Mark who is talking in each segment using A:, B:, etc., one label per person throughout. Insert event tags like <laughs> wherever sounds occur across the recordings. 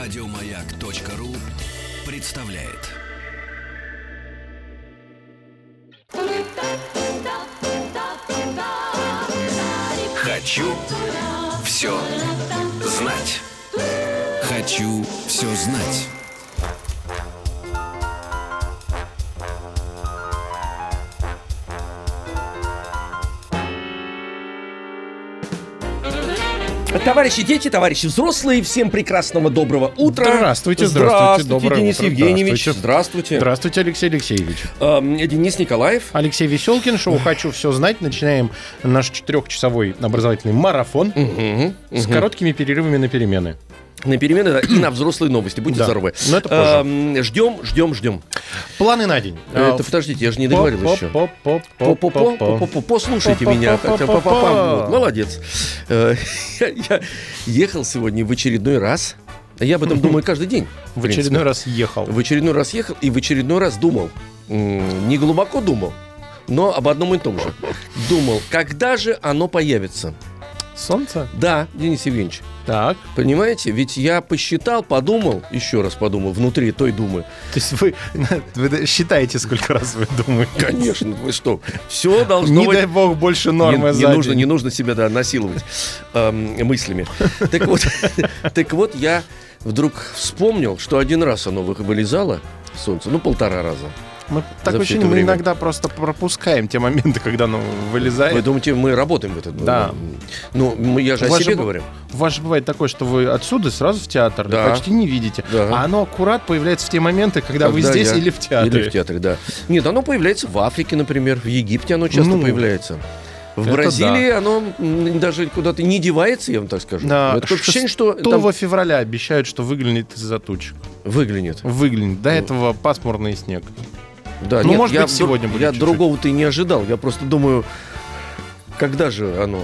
A: Радиомаяк.ру представляет. Хочу все знать. Хочу все знать.
B: Товарищи дети, товарищи взрослые, всем прекрасного доброго утра.
C: Здравствуйте, здравствуйте,
B: здравствуйте
C: доброе
B: Денис
C: утро,
B: Евгеньевич. Здравствуйте.
C: Здравствуйте, Алексей Алексеевич.
B: Эм, Денис Николаев.
C: Алексей Веселкин, шоу «Хочу все знать». Начинаем наш четырехчасовой образовательный марафон с короткими перерывами на перемены.
B: На перемены да, и на взрослые новости. Будьте
C: Да.
B: здоровы.
C: Но это позже.
B: Эм, ждем, ждем, ждем. Э,
C: Планы на день.
B: Это, подождите, я же не договорил еще. По-по-по, по-по-по, послушайте
C: По-по-по,
B: меня. хотя
C: по-по-по.
B: по-по-по, вот, Молодец. Э, <laughs> Я я ехал сегодня в очередной раз. Я об этом думаю каждый день.
C: В очередной раз ехал.
B: В очередной раз ехал и в очередной раз думал. М, Не глубоко думал, но об одном и том же. Думал, когда же оно появится?
C: Солнце?
B: Да, Денис Евгеньевич,
C: Так.
B: понимаете, ведь я посчитал, подумал, еще раз подумал, внутри той думы.
C: То есть вы, <laughs> вы считаете, сколько раз вы думаете? Ну,
B: Конечно, вы что, все должно
C: Не
B: быть...
C: дай бог больше
B: Не,
C: нормы
B: не
C: за
B: нужно,
C: день.
B: не нужно себя да, насиловать эм, мыслями. Так вот, <laughs> так вот, я вдруг вспомнил, что один раз оно вы- вылезало, солнце, ну полтора раза.
C: Мы
B: за
C: так
B: всё
C: очень
B: это
C: мы
B: время.
C: иногда просто пропускаем те моменты, когда оно
B: Вы
C: вылезает.
B: думаете, мы работаем в этот
C: Э, Да.
B: Ну, мы- я же
C: У
B: о
C: вас
B: себе
C: же бу-
B: говорю.
C: У вас же бывает такое, что вы отсюда сразу в театр и
B: Да.
C: почти не видите.
B: Да.
C: А оно аккурат появляется в те моменты, когда, вы
B: Когда
C: здесь
B: я-
C: или в театре.
B: Или в театре, да. Нет, оно появляется в Африке, например, в Египте оно часто
C: Ну,
B: появляется. В
C: это
B: Бразилии оно м, даже куда-то не девается, я вам так скажу.
C: На
B: Такое ощущение, что
C: 6
B: там
C: февраля обещают, что выглянет из-за туч.
B: выглянет.
C: Выглянет. До этого пасмурный снег.
B: Да,
C: Ну,
B: нет,
C: может
B: я
C: быть,
B: вдруг-
C: сегодня будет
B: Я
C: чуть-чуть.
B: другого-то и не ожидал. Я просто думаю, когда же оно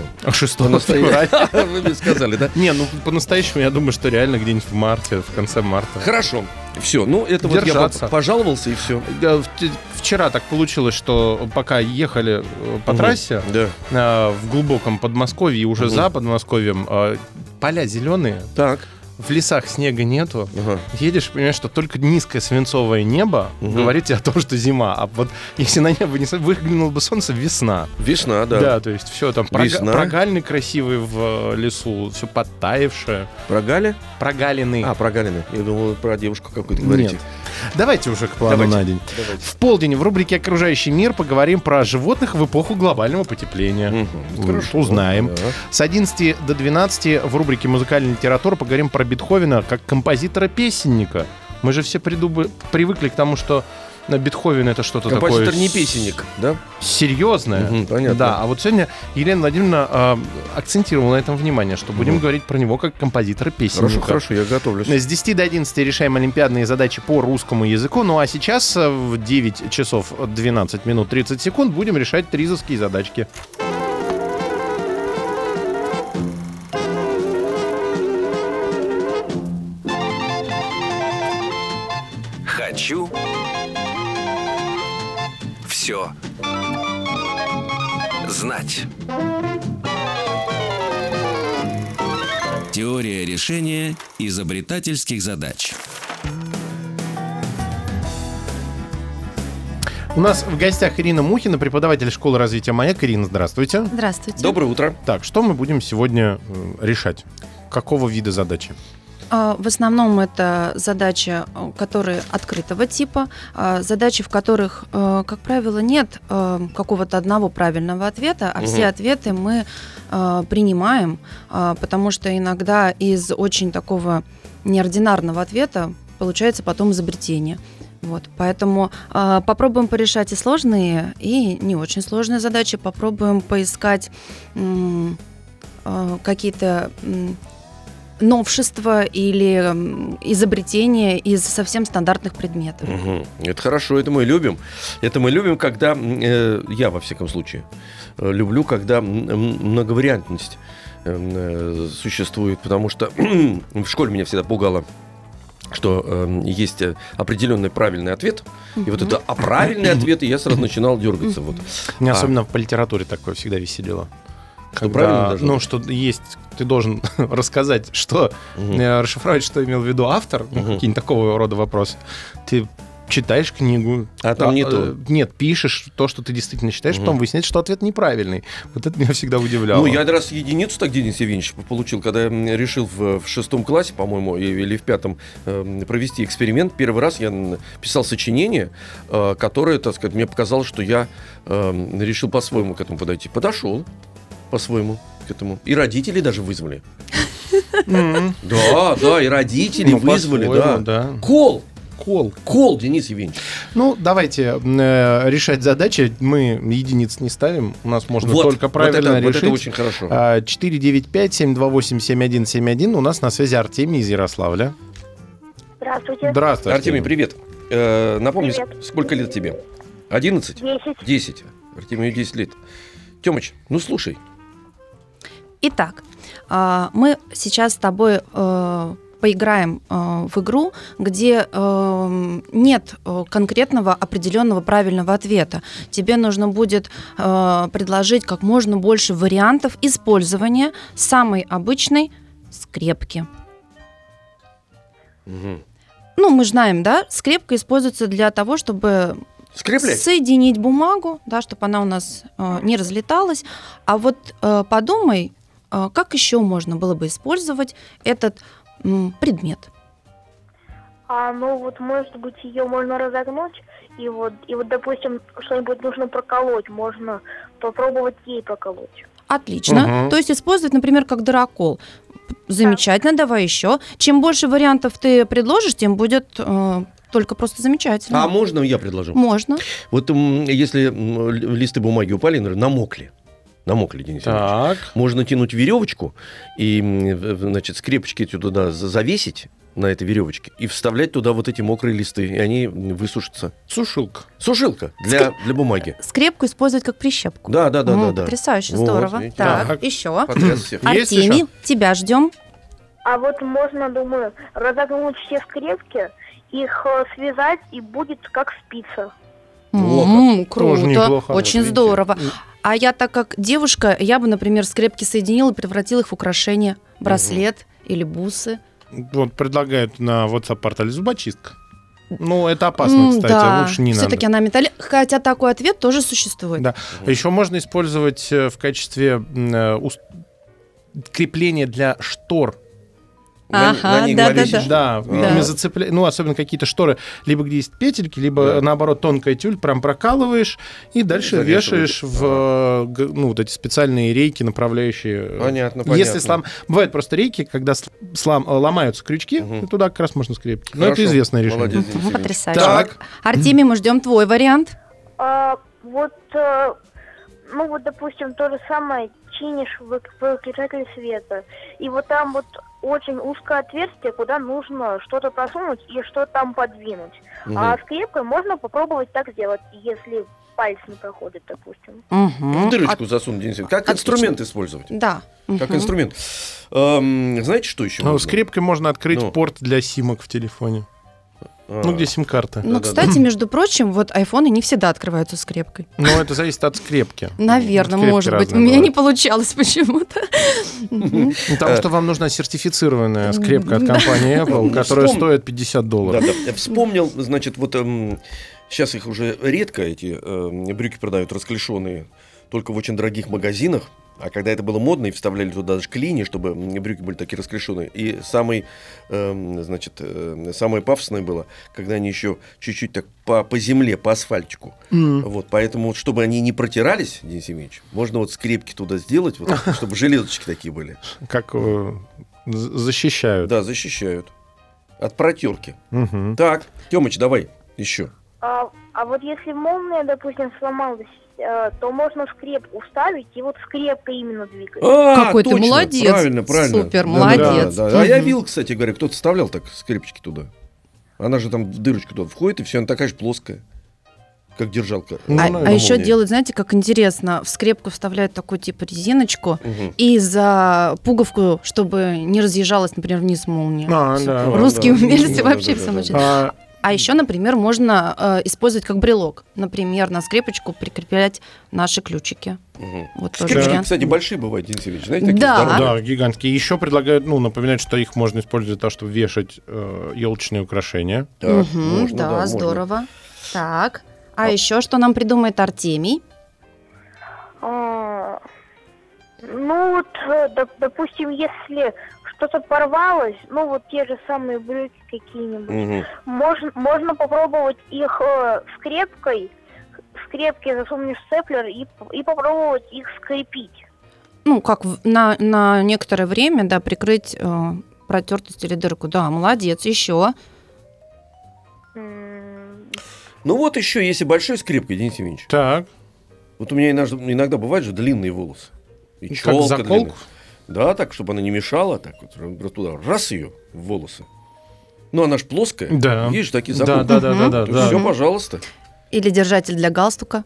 B: <laughs>
C: 6
B: настоящее?
C: февраля.
B: Вы мне сказали, да?
C: Не, ну по-настоящему я думаю, что реально где-нибудь в марте, в конце марта.
B: Хорошо. Все, ну это вот я
C: Держаться.
B: по- пожаловался и все.
C: Э, в- те- Вчера так получилось, что пока ехали э, по трассе,
B: Да.
C: э, в глубоком Подмосковье и уже за Подмосковьем э, поля зеленые,
B: Так.
C: в лесах снега нету.
B: Ага.
C: Едешь, понимаешь, что только низкое свинцовое небо говорит тебе о том, что зима. А вот если на небо не с- выглянуло бы солнце, весна.
B: Весна,
C: Да,
B: да.
C: то есть все там прога-
B: Весна.
C: прогальны красивые в э, лесу, все подтаявшее,
B: Про Галя?
C: прогалины.
B: А, про Галина. Я думал, про девушку какую-то говорите.
C: Нет. Давайте уже к плану
B: Давайте.
C: на день.
B: Давайте.
C: В полдень в рубрике «Окружающий мир» поговорим про животных в эпоху глобального потепления.
B: Мгм. Ну,
C: М,
B: Хорошо.
C: Узнаем.
B: Да.
C: С 11 до 12 в рубрике «Музыкальная литература» поговорим про Бетховена как композитора-песенника. Мы же все придубы- привыкли к тому, что на Бетховен это что-то
B: Композитор
C: такое...
B: не
C: с-
B: песенник, да?
C: Серьезное.
B: Мгм, понятно.
C: Да, а вот сегодня Елена Владимировна э, акцентировала на этом внимание, что будем
B: Мгм.
C: говорить про него как композитора-песенника.
B: Хорошо, хорошо, я готовлюсь.
C: С 10 до 11 решаем олимпиадные задачи по русскому языку. Ну а сейчас э, в 9 часов 12 минут 30 секунд будем решать тризовские задачки.
A: Хочу все знать. Теория решения изобретательских задач.
C: У нас в гостях Ирина Мухина, преподаватель школы развития «Маяк». Ирина, здравствуйте.
D: Здравствуйте.
B: Доброе утро.
C: Так, что мы будем сегодня э, решать? Какого вида задачи?
D: А, В основном это задачи, э, которые открытого типа, а, задачи, в которых, э, как правило, нет э, какого-то одного правильного ответа, а
B: Мгм.
D: все ответы мы э, принимаем, а, потому что иногда из очень такого неординарного ответа получается потом изобретение. Вот, поэтому э, попробуем порешать и сложные, и не очень сложные задачи. Попробуем поискать м, э, какие-то м, новшества или м, изобретения из совсем стандартных предметов.
B: Мгм. Это хорошо, это мы любим. Это мы любим, когда, м, э, я во всяком случае, э, люблю, когда м, м, многовариантность эм, э, существует, потому что <clears throat> в школе меня всегда пугало что эм, есть э, определенный правильный ответ, и вот
D: Мгм.
B: это «а правильный ответ», и я сразу начинал дергаться. Вот.
C: Мне
B: А.
C: особенно по литературе такое всегда веселило. Когда,
B: правильно даже?
C: ну, что есть, ты должен <laughs> рассказать, что
B: Мгм.
C: э, расшифровать, что имел в виду автор, ну,
B: Мгм.
C: какие-нибудь такого рода вопросы. Ты читаешь книгу.
B: А там не то.
C: э, Нет, пишешь то, что ты действительно читаешь, потом выясняется, что ответ неправильный. Вот это меня всегда удивляло.
B: Ну, я один раз единицу так, Денис Евгеньевич, получил, когда я м, решил в, в шестом классе, по-моему, и- или в пятом эм, провести эксперимент. Первый раз я м, писал сочинение, э, которое, так сказать, мне показалось, что я эм, решил по-своему к этому подойти. Подошел по-своему к этому. И родители даже вызвали.
C: Мгм.
B: Да, да, и родители
C: Ну,
B: вызвали, да.
C: по-своему, да.
B: Кол,
C: Кол.
B: кол, Денис Евгеньевич.
C: Ну, давайте э, решать задачи. Мы единиц не ставим. У нас можно
B: Вот,
C: только
B: вот
C: правильно
B: это- вот это
C: решить.
B: очень хорошо.
C: А, 495-728-7171. У нас на связи Артемий из Ярославля.
E: Здравствуйте.
C: Здравствуй.
B: Артемий, привет. Э, напомни, ск-
E: Привет.
B: сколько лет тебе? 11?
E: Десять.
B: 10. Артемию 10 лет. Тёмыч, ну слушай.
D: Итак, а, мы сейчас с тобой э, поиграем э, в игру, где эм, нет э, конкретного определенного правильного ответа. Тебе нужно будет э, предложить как можно больше вариантов использования самой обычной скрепки. Ну, мы ж знаем, да, скрепка используется для того, чтобы
B: Скреплять.
D: соединить бумагу, да, чтобы она у нас э, не разлеталась. А вот э, подумай, э, как еще можно было бы использовать этот м, предмет.
E: А ну вот может быть ее можно разогнуть и вот и вот допустим что-нибудь нужно проколоть, можно попробовать ей проколоть.
D: Отлично.
C: Мгм.
D: То есть использовать, например, как дырокол. Замечательно, давай еще. Чем больше вариантов ты предложишь, тем будет э, только просто замечательно.
B: А можно я предложу?
D: Можно.
B: Вот м, если м, л- листы бумаги упали, например, намокли. Намокли, Денис Ильич.
C: Так.
B: Можно тянуть веревочку и, м, в- в- значит, скрепочки эти туда за- завесить на этой веревочке и вставлять туда вот эти мокрые листы, и они м, высушатся.
C: Сушилка.
B: Сушилка для, для бумаги.
D: Скрепку использовать как прищепку.
B: Да, да, да,
D: М,
B: да, да.
D: Потрясающе,
B: Вот,
D: здорово.
B: видите.
D: так,
C: Так.
D: еще.
B: Потряс всех.
C: Есть
D: Артемий,
C: еще?
D: тебя ждем.
E: А вот можно, думаю, разогнуть все скрепки, их э, связать и будет как спица.
B: Плохо.
D: М, круто,
C: Тоже неплохо.
D: очень
B: Вот видите.
D: здорово. А я так как девушка, я бы, например, скрепки соединила и превратила их в украшение, браслет или бусы.
C: Вот предлагают на WhatsApp-портале зубочистка. Ну, это опасно,
D: М,
C: кстати,
D: да.
C: лучше не надо.
D: Все-таки она металли... Хотя такой ответ тоже существует.
C: Да. Еще можно использовать э, в качестве м, э, ус- крепления для штор.
B: На-
D: Ага,
B: на них
D: да, да,
B: навесишь.
C: Да,
B: Да.
C: ими зацепля- ну, особенно какие-то шторы, либо где есть петельки, либо,
B: Да.
C: наоборот, тонкая тюль, прям прокалываешь и дальше
B: Завешиваешь.
C: вешаешь в э, г- ну, вот эти специальные рейки, направляющие. э,
B: Понятно,
C: Если
B: понятно.
C: слам... Бывают просто рейки, когда с- слам... э, ломаются крючки,
B: Мгм.
C: и туда как раз можно скрепки. Но это
B: Хорошо.
C: известное решение.
B: Молодец, Денис
D: Мгм,
B: Евгеньевич.
D: Потрясающе.
B: Так.
D: Артемий, мы ждем твой вариант.
E: А вот, э, ну вот, допустим, то же самое чинишь в вык- выключатель света. И вот там вот очень узкое отверстие, куда нужно что-то просунуть и что-то там подвинуть.
B: Мгм.
E: А скрепкой можно попробовать так сделать, если палец не проходит, допустим.
D: Мгм.
B: В дырочку засунуть, Денис Евгеньевич. Как
D: Отлично.
B: инструмент использовать?
D: От- Да.
B: Как
D: Мгм.
B: инструмент. Эм, знаете, что еще?
C: Ну,
B: можно?
C: скрепкой можно открыть
B: Ну.
C: порт для симок в телефоне.
B: А,
C: Ну, где сим-карта.
D: Ну,
B: Да-да-да.
D: кстати, между прочим, вот айфоны не всегда открываются скрепкой.
C: Но это зависит от скрепки.
D: Наверное,
C: Скрепки
D: может быть. У
C: Ну, разные
D: меня не
C: бывают.
D: получалось <laughs> почему-то. Мгм.
C: Потому что вам нужна сертифицированная скрепка от
D: Да.
C: компании Apple,
B: Э. Ну,
C: которая
B: вспом-
C: стоит 50 долларов.
B: Да-да. Я Вспомнил, значит, вот сейчас их уже редко эти эм, брюки продают расклешенные, только в очень дорогих магазинах. А когда это было модно, и вставляли туда даже клини, чтобы м, брюки были такие расклешенные. И самый, эм, значит, эм, самое пафосное было, когда они еще чуть-чуть так по, по земле, по асфальтику.
C: М.
B: Вот, поэтому, вот, чтобы они не протирались, Денис Евгеньевич, можно вот скрепки туда сделать, вот, чтобы железочки такие были.
C: Как э, з- защищают.
B: Да, защищают. От протерки.
C: Мгм.
B: Так, Тёмыч, давай еще.
E: А, а вот если молния, допустим, сломалась, э, то можно скрепку вставить и вот скрепка именно двигать.
D: Какой ты молодец.
B: А, Правильно, правильно.
D: Супер,
B: Да,
D: молодец.
B: да, да, да. А я
D: Мгм.
B: видел, кстати говоря, кто-то вставлял так скрепочки туда. Она же там в дырочку туда входит, и все, она такая же плоская, как держалка.
C: Ну,
D: А,
C: она-
D: а еще
B: молния.
D: делают, знаете, как интересно, в скрепку вставляют такую типа резиночку
B: Мгм.
D: и за пуговку, чтобы не разъезжалась, например, вниз молния.
C: А,
D: Всё.
C: да.
D: Русские
B: Да, да.
D: умельцы
B: Да,
D: вообще
B: да,
D: все
B: да, да.
D: очень.
C: А,
D: А еще, например, можно э, использовать как брелок. Например, на скрепочку прикреплять наши ключики.
B: Мгм.
D: Вот тоже
B: Скрипки,
D: вариант.
B: кстати, большие бывают, Денис Евгеньевич, знаете, такие
D: Да.
B: здоровые.
C: Да, гигантские. Еще предлагают, ну, напоминать, что их можно использовать для того, чтобы вешать э, елочные украшения.
B: Так,
D: Мгм,
B: а, можно,
D: да,
B: можно.
D: здорово. Так. А, еще что нам придумает Артемий?
E: А, Ну вот, э, доп- допустим, если что-то порвалось, ну вот те же самые брюки какие-нибудь,
B: Мгм.
E: можно, можно попробовать их э, скрепкой, в скрепке засунешь степлер и, п- и попробовать их скрепить.
D: Ну, как в- на, на некоторое время, да, прикрыть э, протертость или дырку. Да, молодец. Еще.
E: М,
B: Ну вот еще, если большой скрипкой, Денис Евгеньевич.
C: Так,
B: Вот у меня иногда, иногда бывают же длинные волосы. И
C: Как
B: челка
C: заколку?
B: длинная. Да, так, чтобы она не мешала, так вот, вот туда, раз ее в волосы. Ну, она же плоская.
C: Да.
B: Есть же такие
C: да,
B: заколки.
C: да, да, да,
D: Мгм.
C: да,
B: Все,
C: да.
B: пожалуйста.
D: Или держатель для галстука.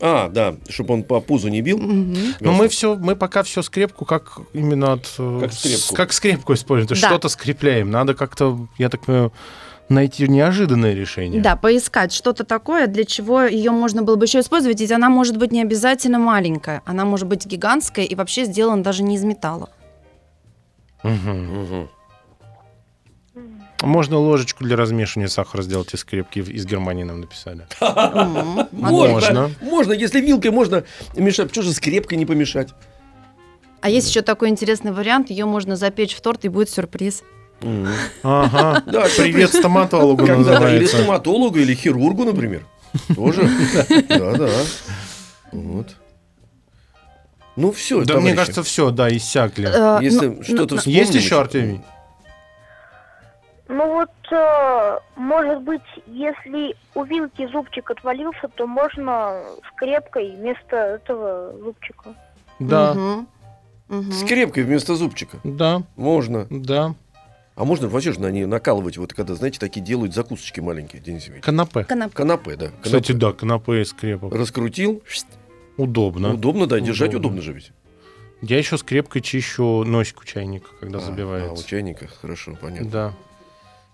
B: А, да, чтобы он по пузу не бил.
D: Мгм.
C: Но мы все, мы пока все скрепку как именно от э,
B: Как скрепку.
C: с- как скрепку используем. То есть
D: Да.
C: Что-то скрепляем. Надо как-то, я так понимаю, найти неожиданное решение.
D: Да, поискать что-то такое, для чего ее можно было бы еще использовать, ведь она может быть не обязательно маленькая, она может быть гигантская и вообще сделана даже не из металла.
C: Мгм.
B: Мгм.
C: Можно ложечку для размешивания сахара сделать из скрепки. Из Германии нам написали.
D: М, отлично.
B: Можно. Можно, если вилкой можно мешать. Почему же скрепкой не помешать?
D: А есть еще такой интересный вариант, ее можно запечь в торт и будет сюрприз.
B: Мгм.
C: Ага.
B: <laughs> Да,
C: Привет стоматологу
B: Когда-то или
C: называется.
B: стоматологу, или хирургу, например. Тоже. Да, да. Вот. Ну все,
C: Да, мне кажется, все, да, иссякли.
D: Э, ну,
B: если что-то вспомним
C: Есть еще, Артемий?
E: Ну вот, э, может быть, если у вилки зубчик отвалился, то можно скрепкой вместо этого зубчика.
C: Да,
D: ну, мгм, мгм.
B: Скрепкой вместо зубчика.
C: да,
B: Можно.
C: да.
B: А можно вообще же на ней накалывать, вот когда, знаете, такие делают закусочки маленькие, Денис Евгеньевич.
C: Канапе.
D: Канап-
B: Канапе, да. канапе.
C: Кстати, да, канапе из скрепок.
B: Раскрутил. шт,
C: Удобно.
B: Удобно, да, держать
C: Удобно.
B: удобно же ведь.
C: Я еще скрепкой чищу носик у чайника, когда
B: А, А, у
C: забивается.
B: чайника, хорошо, понятно.
C: Да.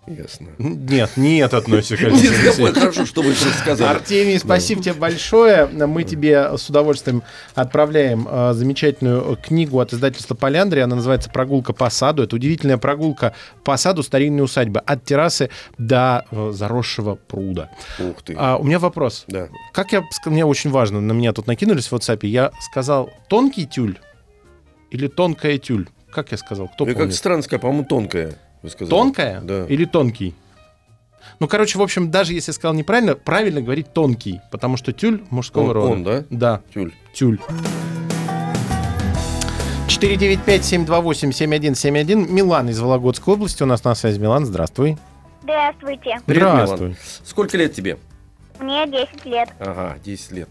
B: Ясно.
C: <laughs> Нет, не
B: <laughs>
C: этот носик. Алексей
B: Нет, я понял,
C: Алексеевич.
B: Хорошо, что вы просто сказали.
C: Артемий, спасибо тебе большое. Мы тебе с удовольствием отправляем э, замечательную э, книгу от издательства Поляндрия. Она называется «Прогулка по саду». Это удивительная прогулка по саду старинной усадьбы. От террасы до э, заросшего пруда.
B: Ух ты.
C: А, у меня вопрос.
B: Да.
C: Как я... ск- Мне очень важно. На меня тут накинулись в WhatsApp. Я сказал «тонкий тюль» или «тонкая тюль». Как я сказал? Кто
B: Я как
C: помнит?
B: странно сказал, по-моему, тонкая. Вы сказали.
C: Тонкая
B: Да.
C: или тонкий? Ну, короче, в общем, даже если я сказал неправильно, правильно говорить тонкий, потому что тюль мужского
B: Он-
C: рода.
B: он, да?
C: Да,
B: Тюль.
C: тюль. 495-728-7171. Милан из Вологодской области. У нас на связи Милан. Здравствуй.
E: Здравствуйте,
B: Привет,
C: Здравствуй. Ну,
B: Милан. Сколько лет тебе?
E: мне 10 лет.
B: Ага, 10 лет.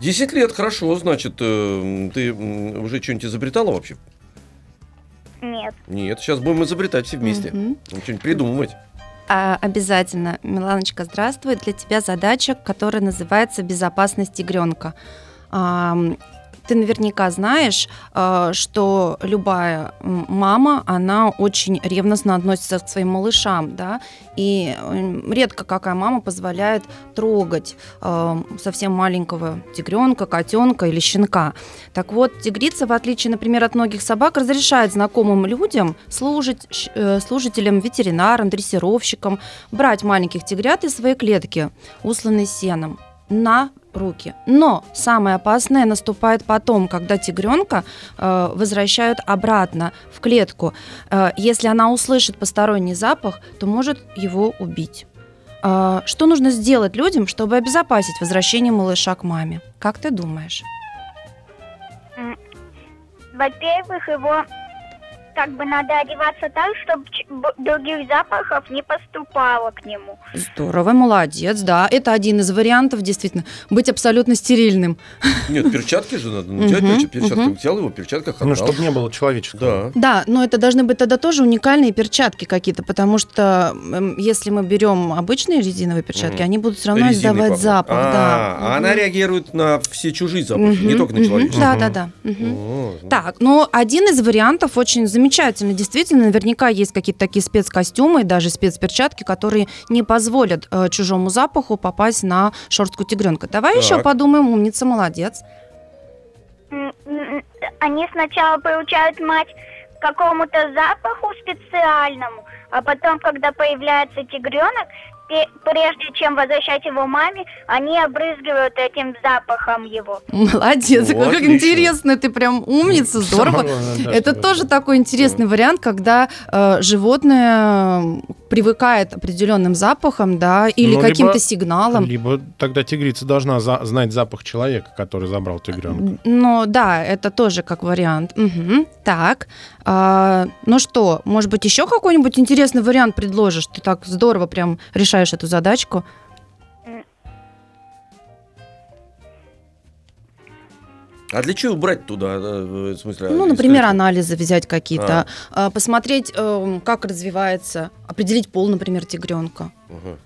B: 10 лет, хорошо, значит, э, ты м, уже что-нибудь изобретала вообще?
E: Нет.
B: Нет, сейчас будем изобретать все вместе.
D: Мгм.
B: Что-нибудь придумывать.
D: А, обязательно, Миланочка, здравствуй. Для тебя задача, которая называется «Безопасность тигренка». Ам, ты наверняка знаешь, а, что любая м, мама, она очень ревностно относится к своим малышам, да, и м, редко какая мама позволяет трогать ам, совсем маленького тигренка, котенка или щенка. Так вот, тигрица, в отличие, например, от многих собак, разрешает знакомым людям служить щ- э, служителям, ветеринарам, дрессировщикам, брать маленьких тигрят из своей клетки, усланной сеном, на руки. Но самое опасное наступает потом, когда тигренка э, возвращают обратно в клетку. Э, если она услышит посторонний запах, то может его убить. Э, что нужно сделать людям, чтобы обезопасить возвращение малыша к маме? Как ты думаешь?
E: Во-первых, его как бы надо одеваться так, чтобы других запахов не поступало к нему.
D: Здорово, молодец, да. Это один из вариантов, действительно, быть абсолютно стерильным.
B: Нет, перчатки же надо надевать.
D: Мгм,
B: перчатки. Перчатки
D: мгм.
B: взял его, в перчатках отдал.
C: Ну, чтобы не было человеческого.
B: Да.
D: Да, но это должны быть тогда тоже уникальные перчатки какие-то, потому что м, если мы берем обычные резиновые перчатки,
B: Мгм.
D: они будут все равно
B: Резиной
D: издавать
B: пахнет.
D: запах.
B: А,
D: да.
B: а она
D: Мгм.
B: реагирует на все чужие запахи, не
D: Мгм,
B: только на ну.
D: мгм.
B: человеческие.
D: Да, да, да. Мгм.
B: О,
D: Так, ну один из вариантов очень замечательно. Действительно, наверняка есть какие-то такие спецкостюмы, и даже спецперчатки, которые не позволят э, чужому запаху попасть на шерстку тигренка. Давай
B: Так.
D: еще подумаем, умница, молодец.
E: М, м, Они сначала приучают мать к какому-то запаху специальному, а потом, когда появляется тигренок, пе- прежде чем возвращать его маме, они обрызгивают этим запахом его.
D: Молодец,
C: Ну,
B: О,
D: как
B: отлично.
D: интересно, ты прям
C: <laughs>
D: умница, здорово. Это тоже такой интересный вариант, когда э, животное м, привыкает определенным запахом, да, или
C: Ну, либо-
D: каким-то сигналом.
C: Либо тогда тигрица должна за- знать запах человека, который забрал тигренка.
D: Ну да, это тоже как вариант. Мгм. Так, А, ну что, может быть, еще какой-нибудь интересный вариант предложишь? Ты так здорово прям решаешь эту задачку.
B: А для чего брать туда? э, В смысле,
D: Ну,
B: э,
D: например,
B: историю?
D: анализы взять какие-то, а, посмотреть, эм, как развивается, определить пол, например, тигренка.
B: Ага.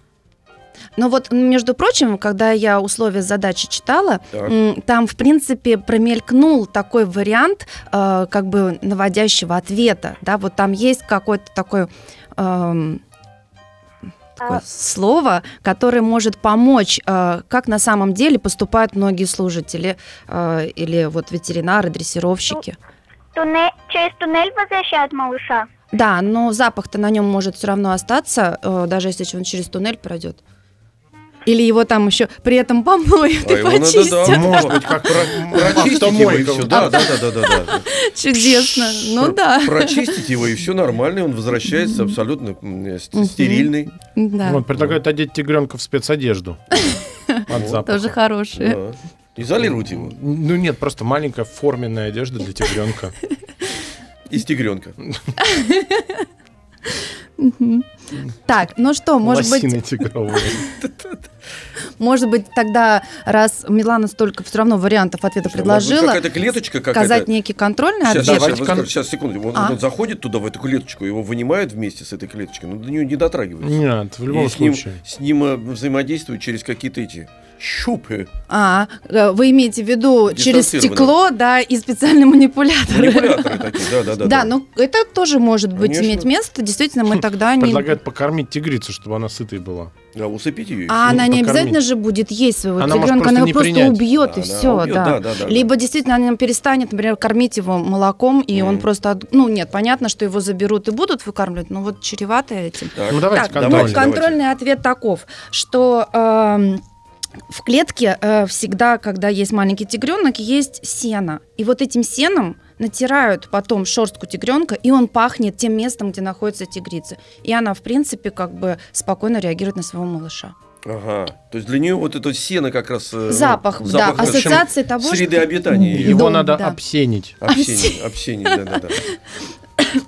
D: Но вот, м, между прочим, когда я условия задачи читала,
B: Так.
D: м, там, в принципе, промелькнул такой вариант, э, как бы наводящего ответа. Да, вот там есть какой-то такой. эм, такое
E: А.
D: слово, которое может помочь, э, как на самом деле поступают многие служители э, или вот ветеринары, дрессировщики.
E: Туннель, через туннель возвращают малыша.
D: Да, но запах-то на нем может все равно остаться, э, даже если он через туннель пройдет. Или его там еще при этом помоют
B: А
D: и
B: его надо, да,
D: почистят. <laughs>
B: может быть,
C: Как
B: Прочистить его и все. Да, да, да, да, да, да.
D: Чудесно. <laughs> Ну
B: Про-
D: да.
B: Прочистить его и все нормально, и он возвращается абсолютно м, э, ст-
D: Мгм.
B: стерильный.
D: Да.
C: Он предлагает одеть тигренка в
D: <laughs>
C: спецодежду. От запаха.
D: Тоже хорошие.
B: Да. Изолировать его
C: Ну нет, просто маленькая форменная одежда для тигренка.
B: из тигренка.
D: Так, ну что, <laughs> может быть,
C: Лосины тигровые.
D: может быть, тогда, раз Милана столько все равно вариантов ответа предложила,
B: Какая-то клеточка
D: сказать
B: какая-то.
D: некий контрольный
B: Сейчас,
D: ответ.
B: сейчас,
C: Давайте
B: сейчас,
C: кон-
B: сейчас, секунду. Он,
D: А.
B: он заходит туда, в эту клеточку, его вынимают вместе с этой клеточкой, но до нее не дотрагиваются.
C: Нет, в любом
B: И с ним,
C: случае.
B: с ним э, взаимодействуют через какие-то эти щупы.
D: А, э, вы имеете в виду через
B: Дистанцированно.
D: стекло, да, и специальный манипулятор. <laughs>
B: Манипуляторы такие, да-да-да.
D: Да, ну это тоже может быть
B: Конечно. Хм,
D: иметь место. Действительно, мы тогда не...
C: Предлагает покормить тигрицу, чтобы она сытой была.
B: Да, усыпить ее. и
D: А
C: Ну,
D: она не
C: покормить.
D: обязательно же будет есть своего
C: Она может
D: тигренка,
C: просто
D: она его
C: не
D: просто
C: принять.
D: убьет,
B: Да,
D: и
B: да,
D: все,
B: убьет,
D: да.
B: да, да, да,
D: Либо действительно она перестанет, например, кормить его молоком, и он
B: Мгм.
D: просто... от- Ну нет, понятно, что его заберут и будут выкармливать, но вот чревато этим.
B: всё. Так.
C: Ну давайте
D: Так,
B: давайте,
C: контрольный.
D: ну, контрольный ответ таков, что эм, в клетке э, всегда, когда есть маленький тигренок, есть сено. И вот этим сеном натирают потом шерстку тигренка, и он пахнет тем местом, где находится тигрица. И она, в принципе, как бы спокойно реагирует на своего малыша.
B: Ага. То есть для нее вот это сено как раз... э, ну,
D: запах, да,
B: в общем,
D: ассоциации того,
B: Среды
D: что-
B: обитания. её.
C: Его
D: Дом,
C: надо
D: да.
C: обсенить.
B: Общение, общение, да-да-да.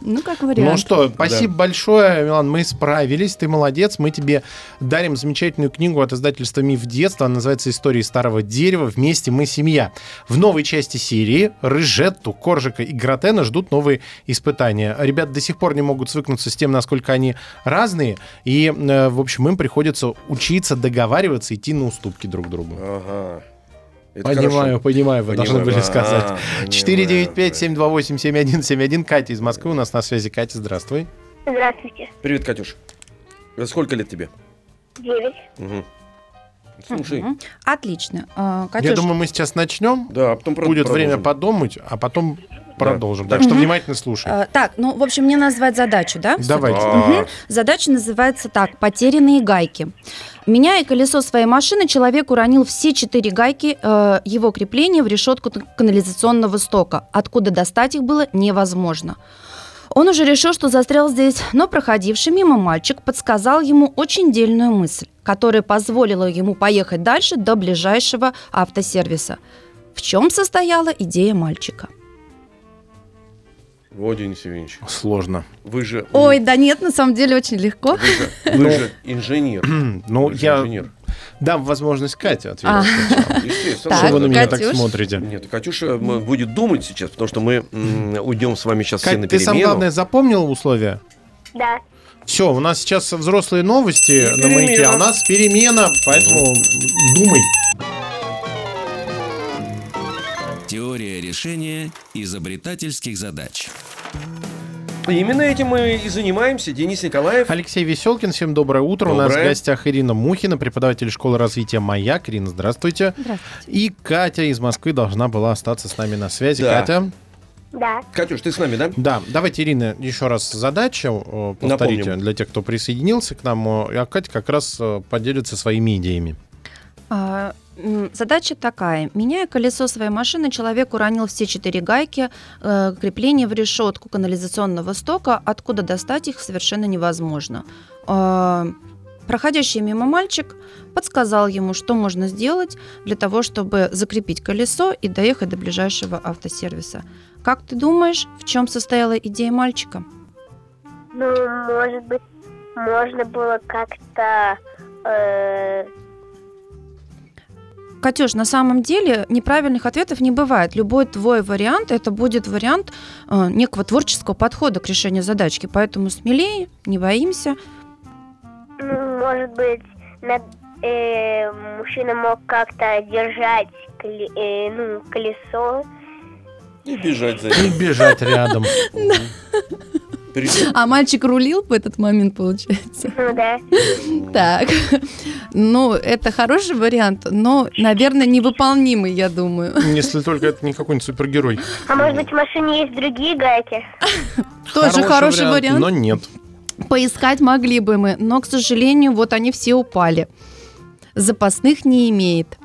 D: Ну, как
C: Ну
D: вариант.
C: что, спасибо большое, Милан, мы справились, ты молодец. Мы тебе дарим замечательную книгу от издательства «Миф детства». Она называется «Истории старого дерева. Вместе мы семья». В новой части серии Рыжетту, Коржика и Гротена ждут новые испытания. Ребята до сих пор не могут свыкнуться с тем, насколько они разные. И, э, в общем, им приходится учиться договариваться, идти на уступки друг другу.
B: Ага. Это
C: Понимаю,
B: хорошо.
C: понимаю, вы должны
B: Понимаю.
C: были сказать.
B: А, понимаю.
C: 495-728-7171. Катя из Москвы у нас на связи. Катя, здравствуй.
E: Здравствуйте.
B: Привет, Катюш. Да Сколько лет тебе?
E: Девять.
B: Мгм. Слушай,
D: Мгм. Отлично. А,
C: Я
D: Катюш,
C: думаю, мы сейчас начнем.
B: да, а потом про-
C: Будет
B: продолжим.
C: время подумать, а потом продолжим. Так что
D: Мгм.
C: внимательно слушай.
D: а, так, ну, в общем, мне назвать задачу, да? всё-таки?
C: Давайте.
B: А,
D: Мгм. Задача называется так «Потерянные гайки». Меняя колесо своей машины, человек уронил все четыре гайки э, его крепления в решетку т- канализационного стока, откуда достать их было невозможно. Он уже решил, что застрял здесь, но проходивший мимо мальчик подсказал ему очень дельную мысль, которая позволила ему поехать дальше до ближайшего автосервиса. В чем состояла идея мальчика?
B: О, Денис Евгеньевич,
C: А. Сложно.
B: вы же...
D: Ой, да нет, на самом деле очень легко.
B: Вы же, вы же инженер.
C: <clears throat> Ну,
B: Вы же
C: я
B: инженер.
C: дам возможность Кате
D: А.
C: ответить.
B: Естественно.
D: Так,
C: Что вы на меня так
D: Катюш?
C: смотрите?
B: Нет, Катюша э, м, будет думать сейчас, потому что мы м, уйдем с вами сейчас все на
C: Кать, ты
B: перемену.
C: сам главное запомнил условия?
E: Да.
C: Все, у нас сейчас взрослые новости на маяке, а у нас перемена, поэтому думай.
A: Теория решения изобретательских задач.
B: И именно этим мы и занимаемся. Денис Николаев.
C: Алексей Веселкин, всем доброе утро. У нас в
B: Доброе.
C: гостях Ирина Мухина, преподаватель школы развития «Маяк». Ирина, здравствуйте.
D: Здравствуйте.
C: И Катя из Москвы должна была остаться с нами на связи.
B: Да.
C: Катя.
E: Да.
B: Катюш, ты с нами, да?
C: Да, давайте, Ирина, еще раз задачу э, повторите
B: Напомним.
C: для тех, кто присоединился к нам. э, А Катя как раз э, поделится своими идеями.
D: А, м, Задача такая. Меняя колесо своей машины, человек уронил все четыре гайки э, крепления в решетку канализационного стока, откуда достать их совершенно невозможно. А, Проходящий мимо мальчик подсказал ему, что можно сделать для того, чтобы закрепить колесо и доехать до ближайшего автосервиса. Как ты думаешь, в чем состояла идея мальчика?
E: Ну, может быть, можно было как-то... э,
D: Катюш, на самом деле неправильных ответов не бывает. Любой твой вариант это будет вариант э, некого творческого подхода к решению задачки. Поэтому смелее, не боимся.
E: ну, может быть, на- э, мужчина мог как-то держать кле- э, ну, колесо.
B: И бежать за
C: И бежать рядом. <laughs>
B: При-
F: А мальчик рулил в этот момент,
D: <laughs>
F: получается.
E: Ну да.
F: Так. Ну, это хороший вариант, но, наверное, невыполнимый, я думаю.
C: Если только это не какой-нибудь супергерой.
E: А может быть, в машине есть другие гайки?
F: Тоже хороший вариант.
C: Но нет.
F: Поискать могли бы мы, но, к сожалению, вот они все упали. Запасных не имеет.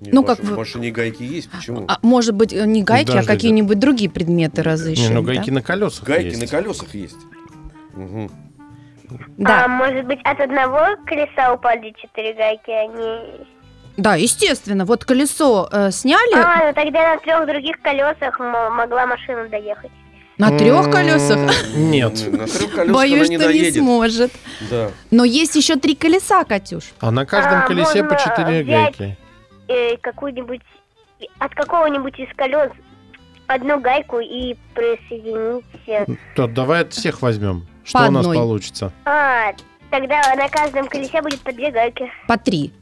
B: Нет,
F: Ну,
B: в
F: как
B: машине-
F: вы-
B: В машине гайки есть, почему?
F: А, может быть, э, не гайки,
C: Даже
F: а какие-нибудь другие предметы разыщем.
C: Не, ну
F: да?
C: гайки на колесах
B: Гайки
C: есть.
B: на колесах есть. Мгм.
F: Да.
E: А может быть, от одного колеса упали четыре гайки, а не...
F: Да, естественно. Вот колесо э, сняли
E: А, ну тогда на трех других колесах м- могла машина доехать.
F: на трех
C: М,
F: колесах.
C: Нет.
B: На трех колесах она
F: Боюсь,
B: не
F: что не
B: доедет.
F: сможет.
B: Да.
F: Но есть еще три колеса, Катюш.
C: А на каждом
E: А,
C: колесе по
E: можно
C: четыре
E: взять-
C: гайки.
E: э, какую-нибудь от какого-нибудь из колес одну гайку и присоединить. э,
C: То давай от всех возьмем. Что
F: По
C: у нас
F: одной.
C: получится?
E: А, тогда на каждом колесе будет по две гайки.
F: По три.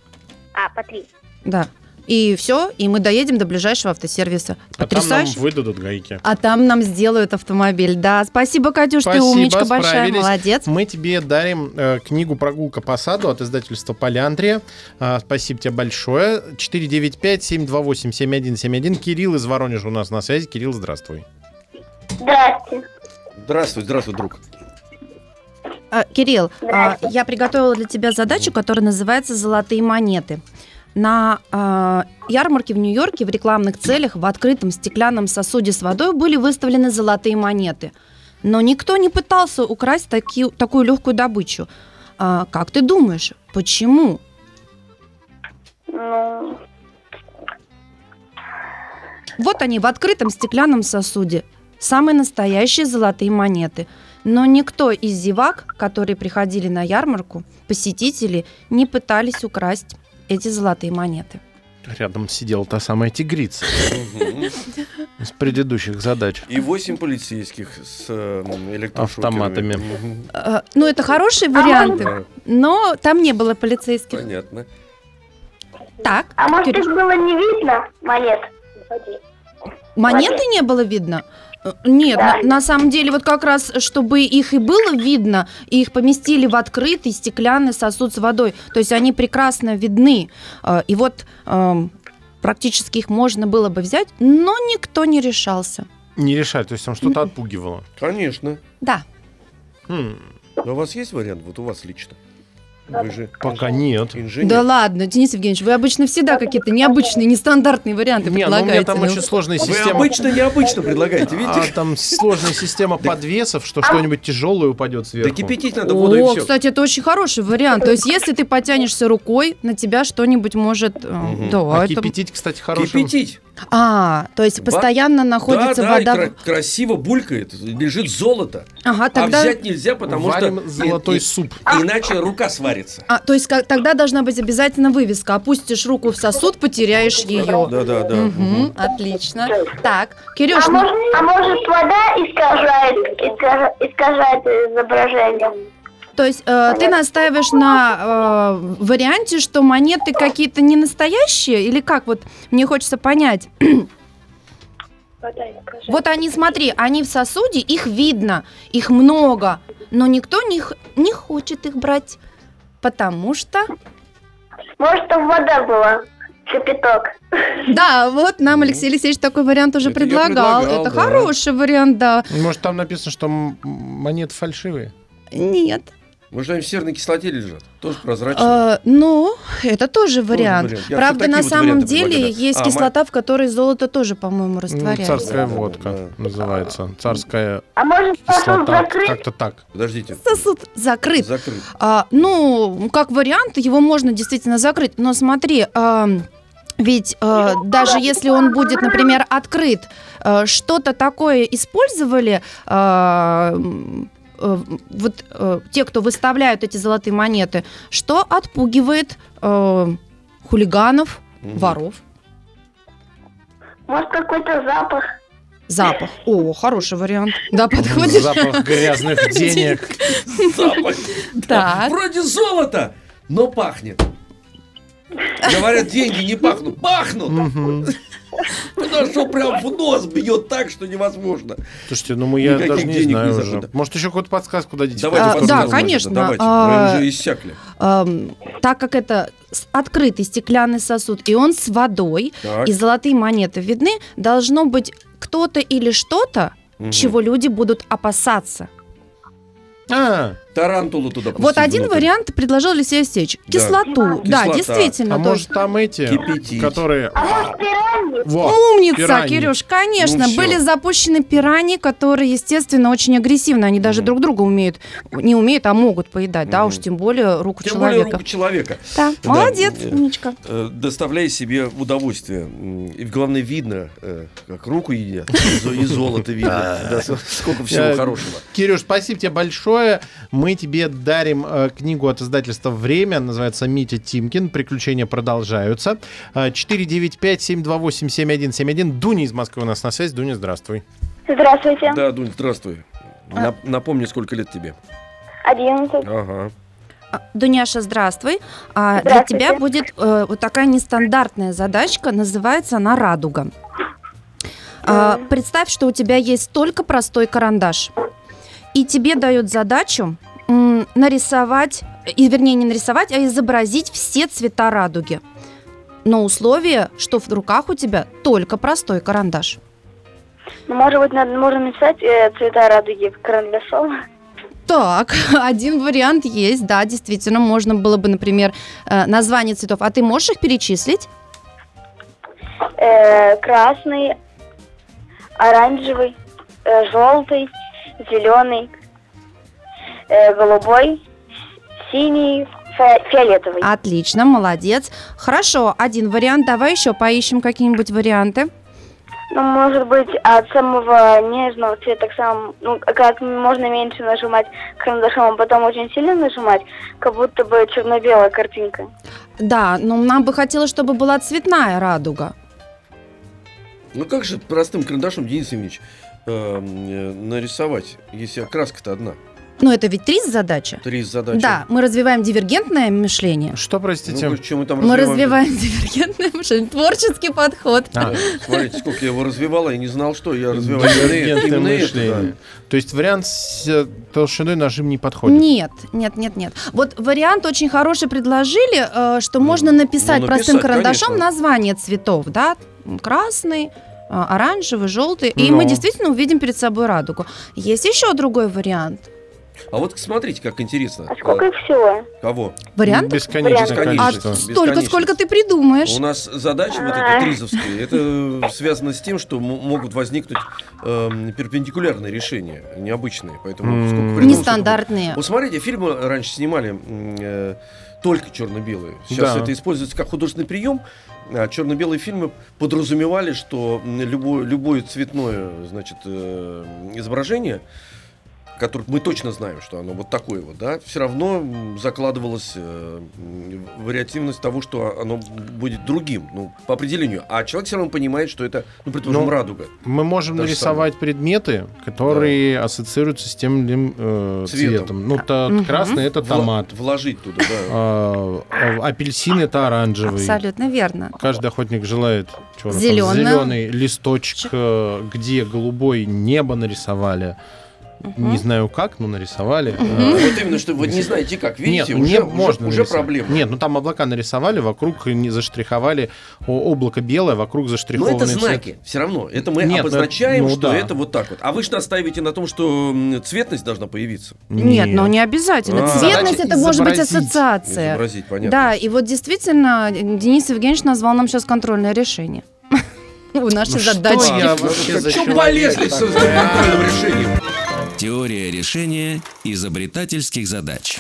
E: А, по три.
D: Да. И все, и мы доедем до ближайшего автосервиса.
C: А там нам
D: Потрясающе.
C: выдадут гайки.
F: А там нам сделают автомобиль. Да, спасибо, Катюш,
C: Спасибо,
F: ты умничка большая,
C: справились.
F: молодец.
C: Мы тебе дарим э, книгу «Прогулка по саду» от издательства «Поляндрия». А, спасибо тебе большое. 495-728-7171. Кирилл из Воронежа у нас на связи. Кирилл, здравствуй.
E: Здравствуйте.
B: Здравствуй, здравствуй, друг.
D: А, Кирилл, а, я приготовила для тебя задачу, которая называется «Золотые монеты». На а, ярмарке в Нью-Йорке в рекламных целях в открытом стеклянном сосуде с водой были выставлены золотые монеты. Но никто не пытался украсть таки- такую легкую добычу. А, как ты думаешь, почему?
E: Ну,
D: Вот они в открытом стеклянном сосуде. Самые настоящие золотые монеты. Но никто из зевак, которые приходили на ярмарку, посетители, не пытались украсть эти золотые монеты.
C: Рядом сидела та самая тигрица
B: Мгм.
C: из предыдущих задач.
B: И восемь полицейских с э, м, электрошокерами.
C: Автоматами.
B: Мгм.
D: Э, Ну, это хорошие варианты,
B: Да,
F: Но там не было полицейских.
B: понятно.
D: Так,
E: а может,
D: Кирюш,
E: их было не видно монет?
D: монеты не было видно? Э, Нет, на, на самом деле, вот как раз, чтобы их и было видно, и их поместили в открытый стеклянный сосуд с водой. То есть они прекрасно видны. Э, И вот эм, практически их можно было бы взять, но никто не решался.
C: Не решать, то есть там что-то отпугивало.
B: Конечно.
F: Да.
C: Хм,
B: А у вас есть вариант? Вот у вас лично. Вы же
C: пока нет.
B: инженер.
F: Да ладно, Денис Евгеньевич, вы обычно всегда какие-то необычные, нестандартные варианты
C: Не, ну у меня
F: предлагаете.
C: там
F: Ну,
C: очень сложная
B: Вы
C: система.
B: обычно необычно предлагаете,
C: А
B: видите?
C: там сложная система подвесов, что что-нибудь тяжелое упадет
B: Да
C: сверху.
B: кипятить надо воду и
F: О,
B: все.
F: кстати, это очень хороший вариант. То есть, если ты потянешься рукой, на тебя что-нибудь может... э,
B: Мгм.
F: Да,
C: А
F: это...
C: кипятить, кстати, хороший.
B: Кипятить.
D: А, то есть
B: Во-
D: постоянно
B: Да,
D: находится
B: да, и
D: вода. в-
B: кра- красиво булькает, лежит золото.
D: Ага,
B: А
D: тогда.
B: взять нельзя, потому что...
C: Варим золотой суп.
B: Иначе рука сварится.
D: А, то есть ка- тогда должна быть обязательно вывеска. Опустишь руку в сосуд, потеряешь ее.
B: Да, да, да.
F: Мгм, отлично. Так, Кирюш,
E: А
F: ну,
E: может, а может, вода искажает, искажа- искажает изображение?
D: То есть э, ты настаиваешь на э, варианте, что монеты какие-то не настоящие, или как? Вот мне хочется понять. Вот они, смотри, они в сосуде, их видно, их много, но никто не, х- не хочет их брать, потому что...
E: Может, там вода была, кипяток.
D: Да, вот нам Алексей Алексеевич такой вариант уже
B: Ну. Это я
D: предлагал.
B: предлагал,
D: Это
B: да.
D: хороший вариант, да.
C: Может, там написано, что м- монеты фальшивые?
D: Нет.
B: Может, они в серной кислоте лежат? Тоже прозрачные.
D: Э, Ну, это тоже вариант.
B: вариант. Я
D: Правда,
B: всё
D: на
B: такие вот
D: самом
B: варианты
D: деле
B: предлагаю.
D: есть
B: А, ма-
D: кислота, в которой золото тоже, по-моему,
C: Ну,
D: растворяется.
C: царская
B: Да, да,
C: водка
B: да.
C: называется. Царская
E: А может, сосуд
C: кислота.
E: закрыть?
C: Как-то так.
B: Подождите.
D: Сосуд закрыт.
B: Закрыт.
D: А, ну, как вариант, его можно действительно закрыть. Но смотри, а, ведь а, даже если он будет, например, открыт, а, что-то такое использовали. а, м, э, вот э, те, кто выставляют эти золотые монеты, что отпугивает э, хулиганов,
B: Мгм.
D: воров,
E: Может, какой-то запах?
D: запах. О, хороший вариант. Да, подходит.
C: Запах
D: <laughs>
C: грязных денег.
B: Запах.
D: Так.
B: Вроде золота, но пахнет. Говорят, деньги не пахнут. Пахнут!
C: Мгм.
B: Потому что прям в нос бьет так, что невозможно.
C: Слушайте, ну мы я
B: Никаких
C: даже не
B: денег не
C: знаю уже.
B: забыто.
C: Может, еще какую-то подсказку дадите?
B: Давайте
D: А, да,
B: подсказку, Надежда,
D: конечно,
B: Давайте.
D: а-
B: Мы уже иссякли.
D: Эм, так как это с- открытый стеклянный сосуд, и он с водой,
B: Так.
D: и золотые монеты видны, должно быть кто-то или что-то,
B: Мгм.
D: чего люди будут опасаться.
C: А,
B: Тарантулу туда
D: вот
B: пустить
D: один
B: внутрь.
D: вариант предложил Алексей Алексеевич.
B: Да.
D: Кислоту. Ну, Да,
B: Кислота.
D: действительно.
C: а
D: то
C: может
D: есть.
C: там эти,
B: Кипятить.
C: которые...
E: А может, пираньи?
C: Во,
D: Умница,
C: пираньи.
D: Кирюш, конечно.
B: Ну, всё.
D: Были запущены пираньи, которые, естественно, очень агрессивны. Они даже
B: Мгм.
D: друг друга умеют, не умеют, а могут поедать, да,
B: Мгм.
D: уж тем более руку
B: Тем более
D: человека.
B: руку человека.
D: Да,
B: Да.
D: молодец,
B: Э,
D: Ничка.
B: Э, доставляя себе удовольствие. М, И главное, видно, э, как руку едят, и зо- и золото видно. Да, с- Сколько всего
C: Я-
B: хорошего.
C: Кирюш, спасибо тебе большое. Мы тебе дарим э, книгу от издательства «Время». Она Называется «Митя Тимкин. Приключения продолжаются». Э, 495-728-7171. Дуня из Москвы у нас на связи. Дуня, здравствуй.
E: Здравствуйте.
B: Да, Дунь, здравствуй. Нап- Напомни, сколько лет тебе.
E: 11.
B: Ага.
D: А, Дуняша, здравствуй. А, Для
E: Здравствуйте.
D: тебя будет э, вот такая нестандартная задачка, называется она «Радуга». А, представь, что у тебя есть только простой карандаш, и тебе дают задачу м, нарисовать, и, вернее, не нарисовать, а изобразить все цвета радуги. Но условие, что в руках у тебя только простой карандаш.
E: Ну, может быть, надо, можно написать э, цвета радуги карандашом.
D: Так, <laughs> один вариант есть, да, действительно, можно было бы, например, э, название цветов. А ты можешь их перечислить?
E: Э, красный, оранжевый, э, желтый, зеленый, э, голубой, синий, фи- фиолетовый.
D: Отлично, молодец. Хорошо, один вариант. Давай еще поищем какие-нибудь варианты.
E: Ну, может быть, от самого нежного цвета к самому, ну, как можно меньше нажимать карандашом, а потом очень сильно нажимать, как будто бы черно-белая картинка.
D: Да, но нам бы хотелось, чтобы была цветная радуга.
B: Ну как же простым карандашом, Денис Евгеньевич, эм, э, нарисовать, если краска-то одна?
D: Но это ведь три задачи.
B: Три задачи.
D: Да, мы развиваем дивергентное мышление.
C: Что,
B: Ну,
C: простите?
B: говорю, чем мы там
D: Мы
B: развиваем?
D: развиваем <laughs> дивергентное мышление. Творческий подход.
C: А,
B: Смотрите, сколько я его развивал, а я не знал, что я развивал. Именно это,
C: дивергентное
B: именно это, да.
C: мышление. То есть вариант с э, толщиной нажим не подходит.
D: Нет, нет, нет, нет. Вот вариант очень хороший предложили, э, что
B: Ну,
D: можно
B: ну,
D: написать
B: написать,
D: простым карандашом
B: конечно.
D: название цветов, да, М, красный, а, оранжевый, желтый, и
C: Ну.
D: мы действительно увидим перед собой радугу. Есть еще другой вариант.
B: А вот смотрите, как интересно.
E: А сколько
B: Э,
E: их всего?
B: Кого?
D: Вариант?
C: Бесконечное
E: Вариант.
D: А
C: количество.
B: Бесконечно.
D: столько, сколько ты придумаешь.
B: У нас задачи вот эти
E: А.
B: тризовские, это связано с тем, что м- могут возникнуть эм, перпендикулярные решения, необычные. Поэтому
C: М.
B: сколько придумал, сколько будет.
D: Нестандартные.
B: Вот смотрите, фильмы раньше снимали м, э, только черно-белые. Сейчас
C: Да.
B: это используется как художественный прием. А черно-белые фильмы подразумевали, что м, любое, любое цветное значит, э, изображение которое мы точно знаем, что оно вот такое вот, да, все равно м, закладывалась э, м, вариативность того, что оно будет другим, ну, по определению. А человек все равно понимает, что это, ну, предположим,
C: Ну,
B: радуга.
C: Мы можем
B: То же
C: нарисовать предметы, которые ассоциируются с тем или иным э,
B: Цветом.
C: цветом. Ну, та-
D: Мгм.
C: красный это
B: Вла-
C: томат,
B: Вложить туда, да.
C: а, а- апельсин это оранжевый.
D: Абсолютно верно.
C: Каждый охотник желает чего там,
D: Зелёный.
C: зелёный листочек, э, где голубой небо нарисовали. Не знаю как, но нарисовали. Э,
B: А, Вот именно, что вы не знаете, как видите,
C: Нет,
B: уже,
C: не
B: уже-
C: можно
B: уже
C: нарисовать.
B: проблема.
C: Нет, ну там облака нарисовали, вокруг не заштриховали о- облако белое, вокруг
B: Но
C: заштрихованный
B: Ну, это
C: цвет.
B: знаки, все равно. Это мы
C: Нет, ну,
B: обозначаем,
C: ну
B: что
C: да.
B: это вот так вот. А вы же настаиваете на том, что м, цветность должна появиться.
D: Нет, но не
B: А.
D: обязательно. Цветность
C: Задача
D: это может быть
C: изобразить.
D: ассоциация.
B: Изобразить, понятно.
D: Да, и вот действительно, Денис Евгеньевич назвал нам сейчас контрольное решение. <laughs> Ну, Наши
C: что
D: задачи.
C: я А вообще за
B: Ну, Чё
C: человек
B: полезли с
C: такой?
B: контрольным решением?
A: Теория решения изобретательских задач.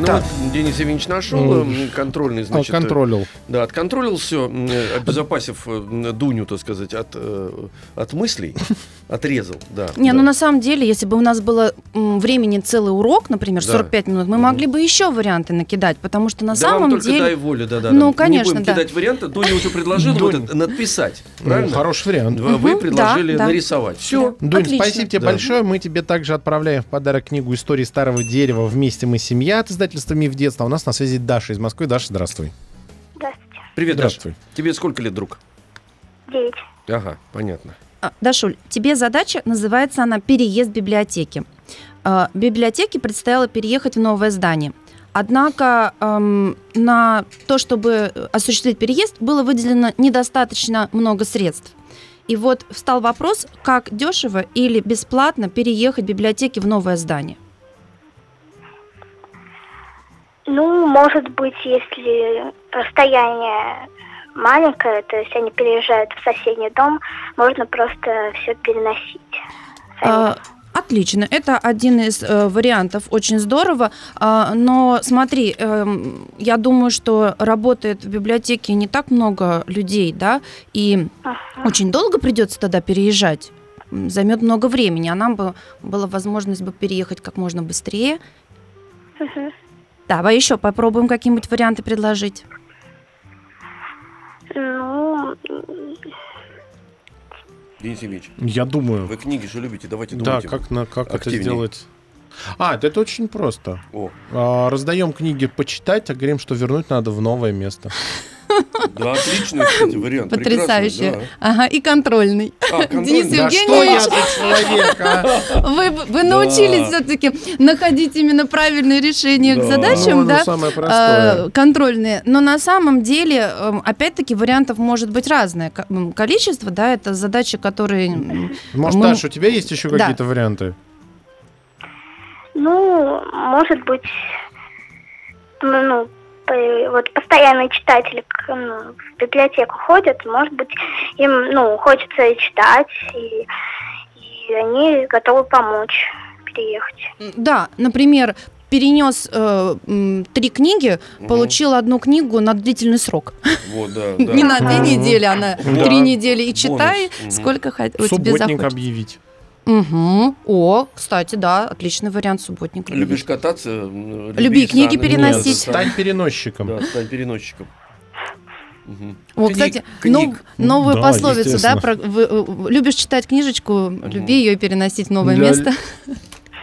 B: Ну,
C: Так.
B: вот Денис Евгеньевич нашел
C: Ну,
B: м, контрольный,
C: Он
B: значит. э,
C: контролил.
B: Да, отконтролил все, обезопасив э, м, Дуню, так сказать, от, э, от
C: <laughs>
B: мыслей. Отрезал, да.
D: Не, ну
B: да.
D: на самом деле, если бы у нас было м, времени целый урок, например,
B: Да.
D: 45 минут, мы
B: Мгм.
D: могли бы еще варианты накидать, потому что на
B: Да вам
D: самом
B: только
D: деле...
B: дай волю, да, да.
D: Ну,
B: да.
D: конечно,
B: Не будем
D: да.
B: кидать варианты. Дуня уже предложила вот
C: Дунь.
B: это надписать.
C: Ну,
B: Правильно?
C: Хороший вариант.
B: Вы вы
D: Мгм,
B: предложили
D: да, да.
B: нарисовать. Все.
C: Дунь,
D: Отлично.
C: спасибо тебе
B: Да.
C: большое. Мы тебе также отправляем в подарок книгу «Истории старого дерева. Вместе мы семья» от издательства «Миф детства». А У нас на связи Даша из Москвы. Даша, здравствуй.
E: Здравствуйте.
B: Привет,
C: Здравствуй.
B: Даша. Тебе сколько лет, друг?
E: Девять.
B: Ага, понятно.
D: А, Дашуль, тебе задача, называется она «Переезд библиотеки». А, Библиотеке предстояло переехать в новое здание. Однако эм, на то, чтобы осуществить переезд, было выделено недостаточно много средств. И вот встал вопрос, как дешево или бесплатно переехать библиотеки в новое здание.
E: Ну, может быть, если расстояние маленькое, то есть они переезжают в соседний дом, можно просто все переносить. Э,
D: А, Отлично, это один из э, вариантов, очень здорово. А, но смотри, эм, я думаю, что работает в библиотеке не так много людей, да, и очень долго придется тогда переезжать. М, Займет много времени, а нам бы была возможность бы переехать как можно быстрее.
E: Мгм.
D: Давай еще попробуем какие-нибудь варианты предложить.
E: Ну, м,
B: Денис Евгеньевич,
C: Я думаю.
B: вы книги же любите, давайте
C: Да,
B: думайте.
C: как, на, как это
B: активнее.
C: сделать? А, да это очень просто.
B: О,
C: А, раздаем книги почитать, а говорим, что вернуть надо в новое место.
B: да, отличный, кстати, вариант.
D: Потрясающе.
B: прекрасный,
D: Ага, и контрольный.
B: да. А,
D: Денис
B: контрольный.
C: Да что я за человек, а?
D: Вы, вы научились все-таки находить именно правильные решения
B: Да.
D: к
C: Ну,
D: задачам,
C: оно
D: да?
C: самое простое.
D: э, контрольные. Но на самом деле, эм, опять-таки, вариантов может быть разное ко- м, количество, да, это задачи, которые... м,
C: Может,
D: мы-
C: Даша, у тебя есть еще
D: ну, Да.
C: какие-то варианты?
E: ну, может быть, ну, ну, по- вот постоянные читатели к- ну, в библиотеку ходят, может быть, им, ну, хочется и читать, и, и они готовы помочь переехать.
D: Да, например, перенес э, м, три книги,
B: Мгм.
D: получил одну книгу на длительный срок.
B: Вот, да, да.
D: Не на две
C: Мгм.
D: недели, а на
B: Да.
D: три недели. И читай,
B: Бонус. Мгм.
D: сколько хот- у тебя
C: Субботник
D: захочется.
C: объявить.
D: Мгм. О, кстати, да, отличный вариант субботника.
B: Любишь кататься? м,
D: Люби книги
B: сам-
D: переносить.
B: Да,
C: Стань переносчиком.
B: да, стань переносчиком. Мгм.
D: О,
B: Книг,
D: кстати, ну,
B: книг.
D: нов- новую
C: ну Да,
D: пословицу, да,
C: естественно.
D: про- вы, э, любишь читать книжечку, люби ее и переносить в новое
C: Для-
D: место. <laughs>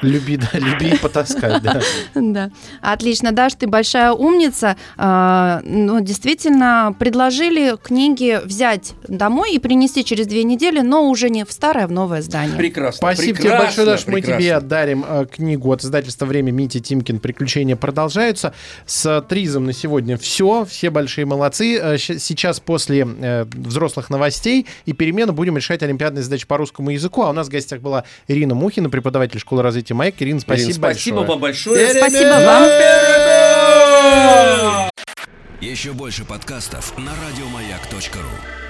C: Люби, да, люби и потаскать,
B: <laughs>
C: да.
D: Да. Отлично, Даш, ты большая умница. А, Ну, действительно, предложили книги взять домой и принести через две недели, но уже не в старое, а в новое здание.
B: Прекрасно.
C: Спасибо тебе
B: прекрасно,
C: большое, Даш. Мы
B: прекрасно.
C: тебе отдарим э, книгу от издательства «Время» Мити Тимкин «Приключения продолжаются». С э, Тризом на сегодня все. Все большие молодцы. Э, щ- Сейчас после э, взрослых новостей и перемены будем решать олимпиадные задачи по русскому языку. А у нас в гостях была Ирина Мухина, преподаватель школы развития «Маяк». Ирина, спасибо,
B: Ирина, спасибо
C: большое.
B: вам большое.
D: Спасибо вам.
A: Еще больше подкастов на радиомаяк.ру.